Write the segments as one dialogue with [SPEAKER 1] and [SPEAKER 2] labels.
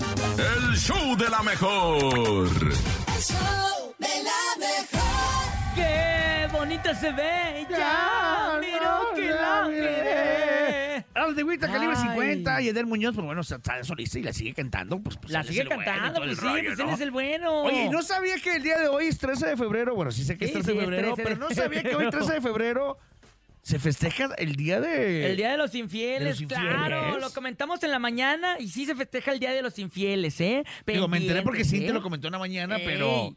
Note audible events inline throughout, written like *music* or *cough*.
[SPEAKER 1] El show de la mejor.
[SPEAKER 2] show de la mejor.
[SPEAKER 3] ¡Qué bonita se ve! ¡Ya!
[SPEAKER 4] Ya,
[SPEAKER 3] ¡Miro
[SPEAKER 4] no,
[SPEAKER 3] que
[SPEAKER 4] ya
[SPEAKER 3] la
[SPEAKER 4] miré.
[SPEAKER 3] miré!
[SPEAKER 4] Ahora de Huita, calibre
[SPEAKER 3] Ay.
[SPEAKER 4] 50 y Eder Muñoz, pues bueno, está solista y la sigue cantando. Pues, pues
[SPEAKER 3] La
[SPEAKER 4] él es
[SPEAKER 3] sigue
[SPEAKER 4] el bueno y
[SPEAKER 3] cantando,
[SPEAKER 4] todo el
[SPEAKER 3] pues sí,
[SPEAKER 4] rollo,
[SPEAKER 3] pues
[SPEAKER 4] ¿no?
[SPEAKER 3] él es el bueno.
[SPEAKER 4] Oye, ¿y no sabía que el día de hoy es 13 de febrero. Bueno, sí sé que es
[SPEAKER 3] Sí,
[SPEAKER 4] 13
[SPEAKER 3] sí,
[SPEAKER 4] de
[SPEAKER 3] es
[SPEAKER 4] febrero,
[SPEAKER 3] 13 de
[SPEAKER 4] pero no sabía
[SPEAKER 3] *laughs*
[SPEAKER 4] que hoy
[SPEAKER 3] febrero.
[SPEAKER 4] 13 de febrero se festeja el día de...
[SPEAKER 3] El Día de los Infieles,
[SPEAKER 4] de los
[SPEAKER 3] claro,
[SPEAKER 4] infieles.
[SPEAKER 3] lo comentamos en la mañana y sí se festeja el Día de los Infieles, ¿eh?
[SPEAKER 4] Digo, me
[SPEAKER 3] Pendientes,
[SPEAKER 4] enteré porque sí
[SPEAKER 3] ¿eh?
[SPEAKER 4] te lo comentó en la mañana,
[SPEAKER 3] Ey.
[SPEAKER 4] pero...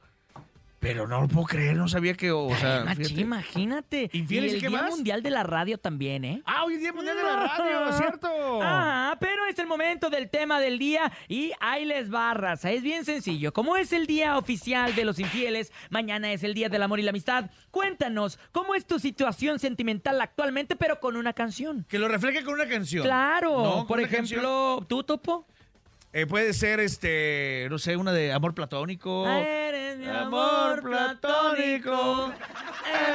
[SPEAKER 4] Pero no lo puedo creer, no sabía que... O sea,
[SPEAKER 3] Ay, machín,
[SPEAKER 4] fíjate.
[SPEAKER 3] imagínate.
[SPEAKER 4] ¿Infieles
[SPEAKER 3] y
[SPEAKER 4] y
[SPEAKER 3] el
[SPEAKER 4] qué
[SPEAKER 3] Día
[SPEAKER 4] más?
[SPEAKER 3] Mundial de la Radio también, ¿eh?
[SPEAKER 4] Ah, hoy es Día Mundial de la Radio, ¿cierto?
[SPEAKER 3] Ah, pero es el momento del tema del día y ahí les barras. Es bien sencillo. Como es el día oficial de los infieles, mañana es el día del amor y la amistad. Cuéntanos, ¿cómo es tu situación sentimental actualmente, pero con una canción?
[SPEAKER 4] Que lo refleje con una canción.
[SPEAKER 3] Claro,
[SPEAKER 4] No, con
[SPEAKER 3] por
[SPEAKER 4] una
[SPEAKER 3] ejemplo, ¿tú, Topo?
[SPEAKER 4] canción. Eh, puede ser, este, no sé, una de amor platónico.
[SPEAKER 3] Eres mi amor
[SPEAKER 4] Oh, amor
[SPEAKER 3] platónico,
[SPEAKER 4] platónico.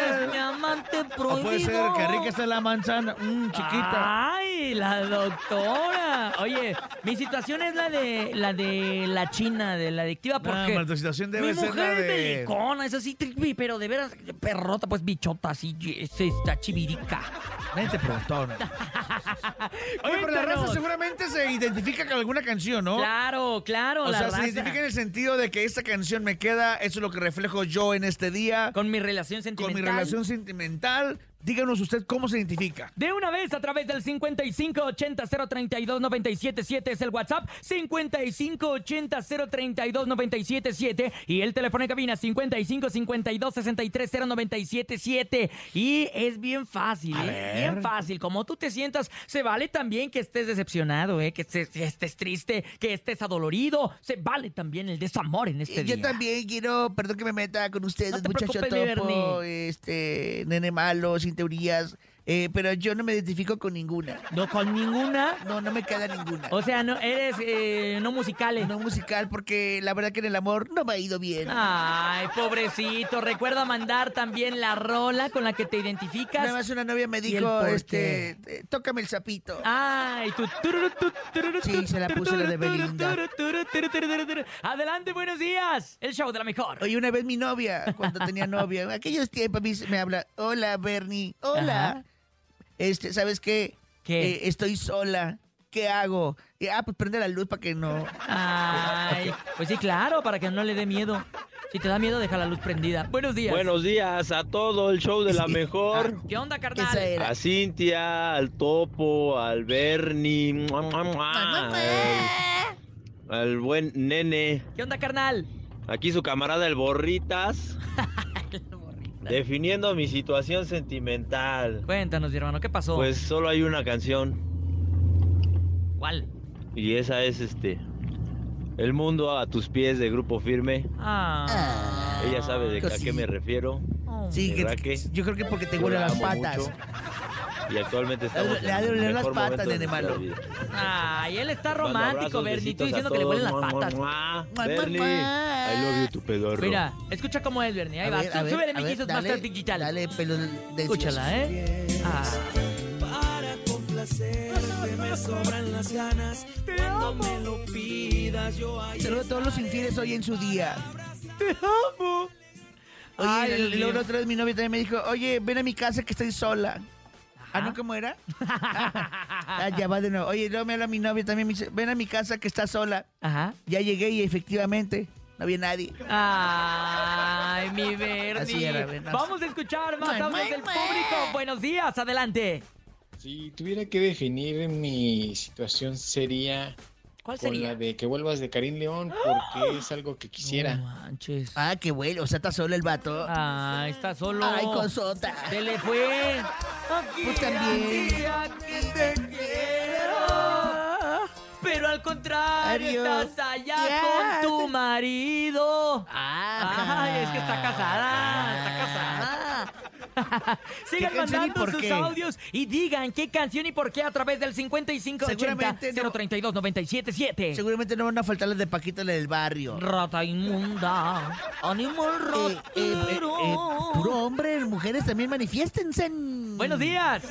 [SPEAKER 3] eres mi amante prohibido. Ah.
[SPEAKER 4] O puede ser que rica está la manzana. Mmm, chiquita.
[SPEAKER 3] Ay, la doctora. Oye, mi situación es la de la de la china, de la adictiva,
[SPEAKER 4] No,
[SPEAKER 3] porque
[SPEAKER 4] hombre, tu situación debe
[SPEAKER 3] mi
[SPEAKER 4] ser
[SPEAKER 3] mujer
[SPEAKER 4] la
[SPEAKER 3] es
[SPEAKER 4] de-
[SPEAKER 3] belicona, es así, tri- pero de veras perrota, pues bichota, así, es esta chivirica.
[SPEAKER 4] Vente pronto. ¿no? Oye, pero la
[SPEAKER 3] Cuéntanos.
[SPEAKER 4] raza seguramente se identifica con alguna canción, ¿no?
[SPEAKER 3] Claro, claro,
[SPEAKER 4] O
[SPEAKER 3] la
[SPEAKER 4] sea,
[SPEAKER 3] raza.
[SPEAKER 4] se identifica en el sentido de que esta canción me queda, eso es lo que reflejo yo en este día, con,
[SPEAKER 3] Con mi relación sentimental.
[SPEAKER 4] mi relación sentimental. Díganos usted cómo se identifica.
[SPEAKER 3] De una vez a través del 5580-032-977 es el WhatsApp, 5580-032-977 y el teléfono en cabina 5552-630977. Y es bien fácil,
[SPEAKER 4] A
[SPEAKER 3] ¿eh?
[SPEAKER 4] ver.
[SPEAKER 3] bien fácil. Como tú te sientas, se vale también que estés decepcionado, ¿eh? que estés, que estés triste, que estés adolorido. Se vale también el desamor en este día.
[SPEAKER 4] Eh, también quiero, perdón que me meta con ustedes,
[SPEAKER 3] No te preocupes, mi
[SPEAKER 4] este, nene malo, sin teorías, eh, pero yo no me identifico con ninguna.
[SPEAKER 3] No con ninguna.
[SPEAKER 4] No, no me queda ninguna.
[SPEAKER 3] O sea, no eres eh, no musicales.
[SPEAKER 4] No musical, porque la verdad que en el amor no me ha ido bien.
[SPEAKER 3] Ah, Ay, pobrecito. Recuerda mandar también la rola con la que te identificas.
[SPEAKER 4] Nada más una novia me
[SPEAKER 3] ¿Y el Ah.
[SPEAKER 4] dijo,
[SPEAKER 3] por
[SPEAKER 4] este, eh, tócame el sapito.
[SPEAKER 3] Ay, tu tururu, tu tururu,
[SPEAKER 4] Sí,
[SPEAKER 3] tu
[SPEAKER 4] se la puse
[SPEAKER 3] tururu,
[SPEAKER 4] la de Belinda.
[SPEAKER 3] tururu, tururu, tururu, tururu, tururu. Adelante, buenos días. El show de la mejor.
[SPEAKER 4] Oye, una vez mi novia, cuando
[SPEAKER 3] *laughs*
[SPEAKER 4] tenía novia, en aquellos tiempos me dice- me habla, hola Bernie, hola.
[SPEAKER 3] Ajá.
[SPEAKER 4] Este, ¿sabes qué?
[SPEAKER 3] ¿Qué?
[SPEAKER 4] Eh, estoy sola. ¿Qué hago? Eh, ah, pues prende la luz para que no.
[SPEAKER 3] Ay, pues sí, claro, para que no le dé miedo. Si te da miedo, deja la luz prendida. Buenos días.
[SPEAKER 5] Buenos días a todo el show de la
[SPEAKER 4] Ah,
[SPEAKER 5] mejor.
[SPEAKER 3] ¿Qué onda,
[SPEAKER 4] Esa
[SPEAKER 3] carnal?
[SPEAKER 4] era.
[SPEAKER 5] A Cintia, al Topo, al Bernie, mua, mua, mua, al, al buen nene.
[SPEAKER 3] ¿Qué onda, carnal?
[SPEAKER 5] Aquí su camarada el Borritas, definiendo mi situación sentimental.
[SPEAKER 3] Cuéntanos, mi hermano, ¿qué pasó?
[SPEAKER 5] Pues solo hay una canción
[SPEAKER 3] ¿Cuál?
[SPEAKER 5] y esa es este. El mundo a tus pies de grupo firme.
[SPEAKER 3] Ah.
[SPEAKER 5] Ella sabe de a qué me refiero.
[SPEAKER 3] Oh.
[SPEAKER 4] Sí, que,
[SPEAKER 5] ¿Verdad que?
[SPEAKER 4] yo creo que porque te
[SPEAKER 5] Yo
[SPEAKER 4] huelen
[SPEAKER 5] la
[SPEAKER 4] las
[SPEAKER 5] amo
[SPEAKER 4] patas.
[SPEAKER 5] mucho. Y actualmente estamos
[SPEAKER 4] Le ha de
[SPEAKER 5] en el
[SPEAKER 4] oler las
[SPEAKER 5] mejor
[SPEAKER 4] patas,
[SPEAKER 5] momento de
[SPEAKER 4] nene
[SPEAKER 5] nuestra
[SPEAKER 4] malo.
[SPEAKER 5] vida.
[SPEAKER 3] Ay, él está
[SPEAKER 5] Mando
[SPEAKER 3] romántico,
[SPEAKER 5] abrazos,
[SPEAKER 3] Bernie. Tú
[SPEAKER 5] besitos
[SPEAKER 3] diciendo
[SPEAKER 5] a
[SPEAKER 3] que le huelen las
[SPEAKER 5] todos. Mua,
[SPEAKER 3] patas.
[SPEAKER 5] mua, mua.
[SPEAKER 4] Mua,
[SPEAKER 5] Bernie,
[SPEAKER 4] mua.
[SPEAKER 5] I love you, tu pedorro.
[SPEAKER 3] Mira, escucha cómo es, Bernie. Ahí
[SPEAKER 4] A
[SPEAKER 3] va.
[SPEAKER 4] ver, a ver,
[SPEAKER 3] Súbele,
[SPEAKER 4] a ver,
[SPEAKER 3] mellizos,
[SPEAKER 4] dale,
[SPEAKER 3] Master Digital.
[SPEAKER 4] Dale, pues, pelo de
[SPEAKER 3] Escúchala, ¿eh? Ah,
[SPEAKER 6] Para complacerte me sobran las ganas cuando me lo pidas yo
[SPEAKER 3] ¿eh?
[SPEAKER 6] ahí
[SPEAKER 4] Saludos a todos los infieles hoy en su día. Te amo.
[SPEAKER 3] Ay,
[SPEAKER 4] Oye, el-
[SPEAKER 3] Dios
[SPEAKER 4] luego
[SPEAKER 3] mío.
[SPEAKER 4] la otra vez mi novia también me dijo, oye, ven a mi casa que estoy sola. ¿Ah, no, cómo era? *laughs* Ah, ya va de nuevo. Oye, luego me habla mi novia también, me dice, ven a mi casa que está sola.
[SPEAKER 3] ajá.
[SPEAKER 4] Ya llegué y efectivamente no había nadie.
[SPEAKER 3] Ay, mi Bernie.
[SPEAKER 4] Así era, Bernie.
[SPEAKER 3] Vamos a escuchar más
[SPEAKER 4] Ay,
[SPEAKER 3] audios
[SPEAKER 4] ay,
[SPEAKER 3] del
[SPEAKER 4] ay.
[SPEAKER 3] público. Buenos días, adelante.
[SPEAKER 7] Si tuviera que definir mi situación sería
[SPEAKER 3] ¿Cuál
[SPEAKER 7] con
[SPEAKER 3] sería? ¡Ah!
[SPEAKER 7] la de que vuelvas de Karim León porque es algo que quisiera.
[SPEAKER 3] No manches.
[SPEAKER 4] Ah, qué bueno, o sea, está solo el vato.
[SPEAKER 3] Ah, Ay, está solo.
[SPEAKER 4] Ay, cosota.
[SPEAKER 3] Se le fue. Aquí,
[SPEAKER 4] Pues también.
[SPEAKER 3] aquí, aquí te quiero. Pero al contrario,
[SPEAKER 4] Adiós.
[SPEAKER 3] estás allá
[SPEAKER 4] Ya.
[SPEAKER 3] con tu marido.
[SPEAKER 4] Ah,
[SPEAKER 3] Ay, es que está casada. Está casada. Sigan
[SPEAKER 4] *laughs* ¿Qué canción y
[SPEAKER 3] mandando
[SPEAKER 4] por
[SPEAKER 3] sus
[SPEAKER 4] qué?
[SPEAKER 3] audios y digan qué canción y por qué a través del 5580
[SPEAKER 4] Seguramente no.
[SPEAKER 3] 032 977.
[SPEAKER 4] Seguramente no van a faltar las de Paquita, la del barrio.
[SPEAKER 3] Rata inmunda, animal
[SPEAKER 4] Eh, eh, eh, eh,
[SPEAKER 3] rostero.
[SPEAKER 4] puro hombre, mujeres también manifiéstense.
[SPEAKER 3] Buenos días.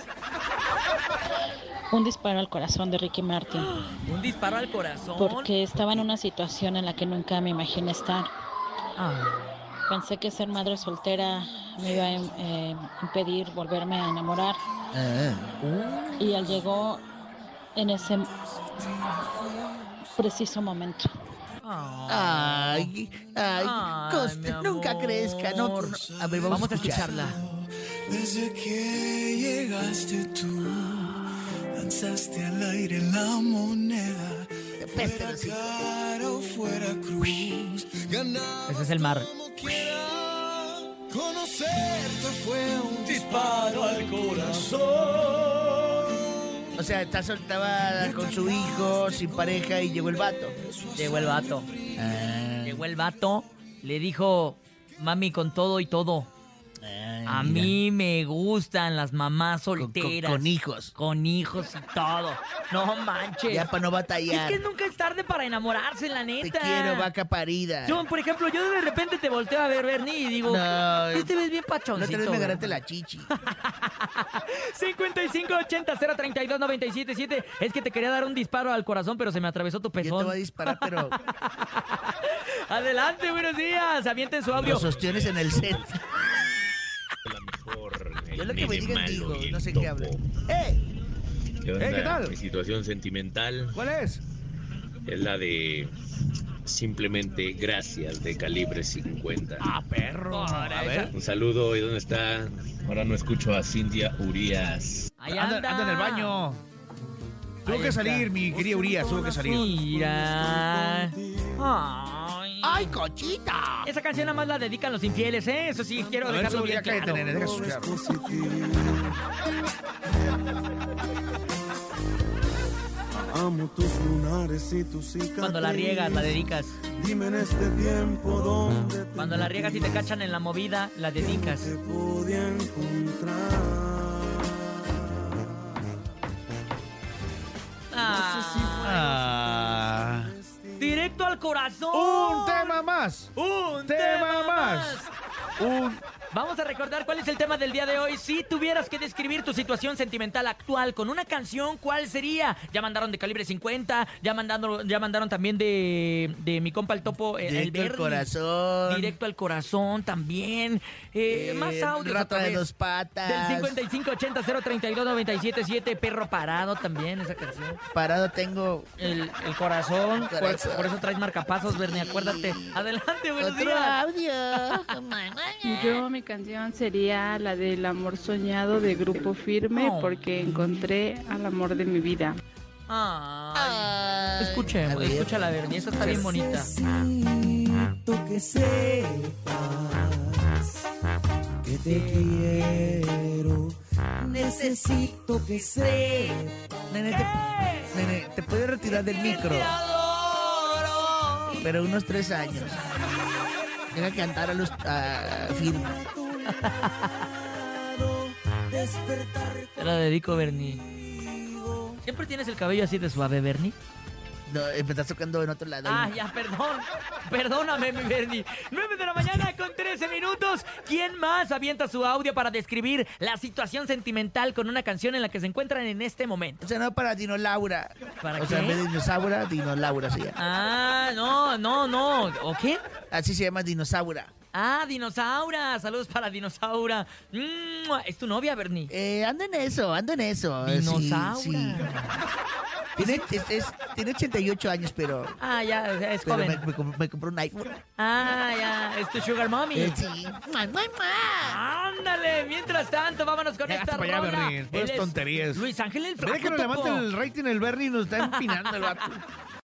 [SPEAKER 8] Un disparo al corazón de Ricky Martin,
[SPEAKER 3] Un disparo al corazón.
[SPEAKER 8] porque estaba en una situación en la que nunca me imaginé estar.
[SPEAKER 3] Ah,
[SPEAKER 8] Pensé que ser madre soltera me iba a im- eh, impedir volverme a enamorar.
[SPEAKER 4] Ah,
[SPEAKER 8] Y él llegó en ese preciso momento.
[SPEAKER 3] ah.
[SPEAKER 4] Ay, ay,
[SPEAKER 3] Ay,
[SPEAKER 4] coste,
[SPEAKER 3] mi
[SPEAKER 4] nunca
[SPEAKER 3] amor.
[SPEAKER 4] crezca. No, no. A ver, vamos,
[SPEAKER 3] Vamos a escucharla.
[SPEAKER 6] Desde que llegaste tú, lanzaste al aire la moneda.
[SPEAKER 4] Peste,
[SPEAKER 6] Fuera
[SPEAKER 4] sí.
[SPEAKER 6] cara o fuera cruz, ganaba
[SPEAKER 3] Ese es el mar.
[SPEAKER 6] como quiera. Conocerte fue un disparo al corazón.
[SPEAKER 4] O sea, está soltaba con su hijo, sin pareja y llegó el vato.
[SPEAKER 3] Llegó el vato.
[SPEAKER 4] Ah,
[SPEAKER 3] Llegó el vato. Le dijo, mami, con todo y todo. A mí me gustan las mamás
[SPEAKER 4] Ah, con, con-
[SPEAKER 3] solteras.
[SPEAKER 4] con hijos.
[SPEAKER 3] Con hijos y todo. No manches.
[SPEAKER 4] Ya para no
[SPEAKER 3] Es
[SPEAKER 4] batallar.
[SPEAKER 3] que nunca es tarde para enamorarse, la
[SPEAKER 4] Te
[SPEAKER 3] neta.
[SPEAKER 4] quiero, vaca parida.
[SPEAKER 3] Yo, por ejemplo, yo de repente te volteo a ver, Bernie, y digo,
[SPEAKER 4] No.
[SPEAKER 3] este ves bien
[SPEAKER 4] La
[SPEAKER 3] pachoncito.
[SPEAKER 4] otra vez me
[SPEAKER 3] güey".
[SPEAKER 4] agarraste la *laughs* chichi.
[SPEAKER 3] 5580-032-977. Es que te quería dar un disparo al corazón, pero se me atravesó tu
[SPEAKER 4] Yo te
[SPEAKER 3] pezón.
[SPEAKER 4] voy a disparar, pero
[SPEAKER 3] Adelante, buenos días. Avienten su audio.
[SPEAKER 4] los ostiones en el set. Yo
[SPEAKER 9] El
[SPEAKER 4] lo que me
[SPEAKER 9] nene
[SPEAKER 4] digan
[SPEAKER 9] malo
[SPEAKER 4] digo,
[SPEAKER 9] y el
[SPEAKER 4] no sé
[SPEAKER 9] topo.
[SPEAKER 4] qué hablan. ¡Eh!
[SPEAKER 9] ¿Qué onda?
[SPEAKER 4] ¿qué tal?
[SPEAKER 9] Mi situación sentimental
[SPEAKER 4] ¿Cuál es?
[SPEAKER 9] es la de simplemente gracias de calibre 50.
[SPEAKER 4] Ah, Perro. A ver.
[SPEAKER 9] Un saludo, ¿y dónde está? Ahora no escucho a Cintia Urias.
[SPEAKER 3] Ahí anda.
[SPEAKER 4] Tuvo
[SPEAKER 3] Ahí está.
[SPEAKER 4] mi querida Urias, tuvo que
[SPEAKER 3] Mira. Ay.
[SPEAKER 4] ¡Ay, cochita!
[SPEAKER 3] Esa canción nada más la dedican los infieles, ¿eh? Eso sí, quiero
[SPEAKER 4] A ver,
[SPEAKER 3] dejarlo bien
[SPEAKER 4] Urias, cállate,
[SPEAKER 3] claro.
[SPEAKER 4] nene, deja su cigarro.
[SPEAKER 6] Amo tus lunares y tus
[SPEAKER 4] ¿eh?
[SPEAKER 6] cicatrices.
[SPEAKER 3] Cuando la riegas, la dedicas.
[SPEAKER 6] Dime en este tiempo dónde te
[SPEAKER 3] Cuando la riegas y te cachan en la movida, la dedicas.
[SPEAKER 6] te podía encontrar.
[SPEAKER 3] Ah,
[SPEAKER 4] Ah.
[SPEAKER 3] directo al corazón.
[SPEAKER 4] Un tema más.
[SPEAKER 3] Un
[SPEAKER 4] tema más. Un
[SPEAKER 3] Vamos a recordar cuál es el tema del día de hoy. Si tuvieras que describir tu situación sentimental actual con una canción, ¿cuál sería? Ya mandaron de calibre 50, ya mandaron, ya mandaron también de, de mi compa el topo, eh, el
[SPEAKER 4] directo al
[SPEAKER 3] verde.
[SPEAKER 4] corazón.
[SPEAKER 3] Directo al corazón también. Eh,
[SPEAKER 4] Eh,
[SPEAKER 3] más audios
[SPEAKER 4] Rata
[SPEAKER 3] otra
[SPEAKER 4] de
[SPEAKER 3] vez.
[SPEAKER 4] dos patas.
[SPEAKER 3] Del 5580-032-977, perro parado también, esa canción.
[SPEAKER 4] Parado tengo.
[SPEAKER 3] El, el corazón, por-
[SPEAKER 4] Corazón.
[SPEAKER 3] Por, eso traes marcapasos, Bernie, acuérdate. Adelante, buenos
[SPEAKER 4] Otro
[SPEAKER 3] días. *laughs*
[SPEAKER 4] audio. Oh
[SPEAKER 10] Yo, mi canción sería la del amor soñado de Grupo Firme
[SPEAKER 3] Oh.
[SPEAKER 10] porque encontré al amor de mi vida.
[SPEAKER 3] Ay. Escuchemos,
[SPEAKER 4] A ver.
[SPEAKER 3] escúchala, Bernie, esta está bien bonita.
[SPEAKER 6] Necesito que sepas que te quiero. Necesito que sepas.
[SPEAKER 4] Nene, te, nene, te puedes retirar del micro. Pero unos tres años. Deja cantar a los a firme.
[SPEAKER 6] Despertar
[SPEAKER 3] Te la dedico, Bernie. ¿Siempre tienes el cabello así de suave, Bernie?
[SPEAKER 4] No, eh, me estás tocando en otro lado.
[SPEAKER 3] Ah, ya, perdón. Perdóname, mi Bernie. 9 de la mañana con 13 minutos. ¿Quién más avienta su audio para describir la situación sentimental con una canción en la que se encuentran en este momento?
[SPEAKER 4] O sea, no para Dino Laura.
[SPEAKER 3] ¿Para
[SPEAKER 4] o sea,
[SPEAKER 3] qué?
[SPEAKER 4] en vez de dinosaura, Dinosaura se llama.
[SPEAKER 3] Ah, no, no, no. ¿O qué?
[SPEAKER 4] Así se llama dinosaura.
[SPEAKER 3] Ah, Dinosaura. Saludos para Dinosaura. ¡Mua! ¿Es tu novia, Bernie?
[SPEAKER 4] Eh, ando en eso, ando en eso. Sí,
[SPEAKER 3] Dinosaura.
[SPEAKER 4] sí. Tiene, es- es- tiene 88 años, pero,
[SPEAKER 3] Ah, ya, o sea, es
[SPEAKER 4] pero
[SPEAKER 3] joven.
[SPEAKER 4] me, me comp- me compró un iPhone.
[SPEAKER 3] Ah, ya, es tu Sugar Mommy.
[SPEAKER 4] Eh, sí. Mua, mua, mua.
[SPEAKER 3] Ándale, mientras tanto, vámonos con
[SPEAKER 4] Ya
[SPEAKER 3] esta
[SPEAKER 4] gasta para allá,
[SPEAKER 3] rola.
[SPEAKER 4] Bernie, puras
[SPEAKER 3] Él es
[SPEAKER 4] tonterías.
[SPEAKER 3] Luis Ángel el Flaco.
[SPEAKER 4] Ve que nos levanta
[SPEAKER 3] topo.
[SPEAKER 4] el rating el Bernie y nos está empinando el vato.